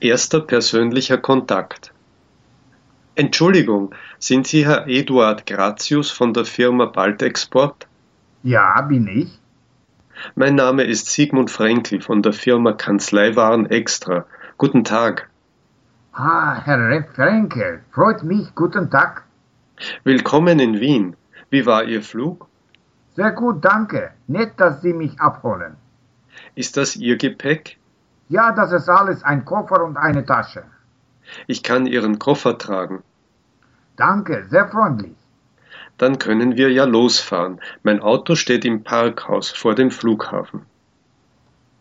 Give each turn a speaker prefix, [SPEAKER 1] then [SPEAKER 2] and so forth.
[SPEAKER 1] Erster persönlicher Kontakt: Entschuldigung, sind Sie Herr Eduard Gratius von der Firma Baltexport?
[SPEAKER 2] Ja, bin ich.
[SPEAKER 1] Mein Name ist Sigmund Frenkel von der Firma Kanzleiwaren Extra. Guten Tag.
[SPEAKER 2] Ah, Herr Re- Frenkel, freut mich. Guten Tag.
[SPEAKER 1] Willkommen in Wien. Wie war Ihr Flug?
[SPEAKER 2] Sehr gut, danke. Nett, dass Sie mich abholen.
[SPEAKER 1] Ist das Ihr Gepäck?
[SPEAKER 2] Ja, das ist alles ein Koffer und eine Tasche.
[SPEAKER 1] Ich kann Ihren Koffer tragen.
[SPEAKER 2] Danke, sehr freundlich.
[SPEAKER 1] Dann können wir ja losfahren. Mein Auto steht im Parkhaus vor dem Flughafen.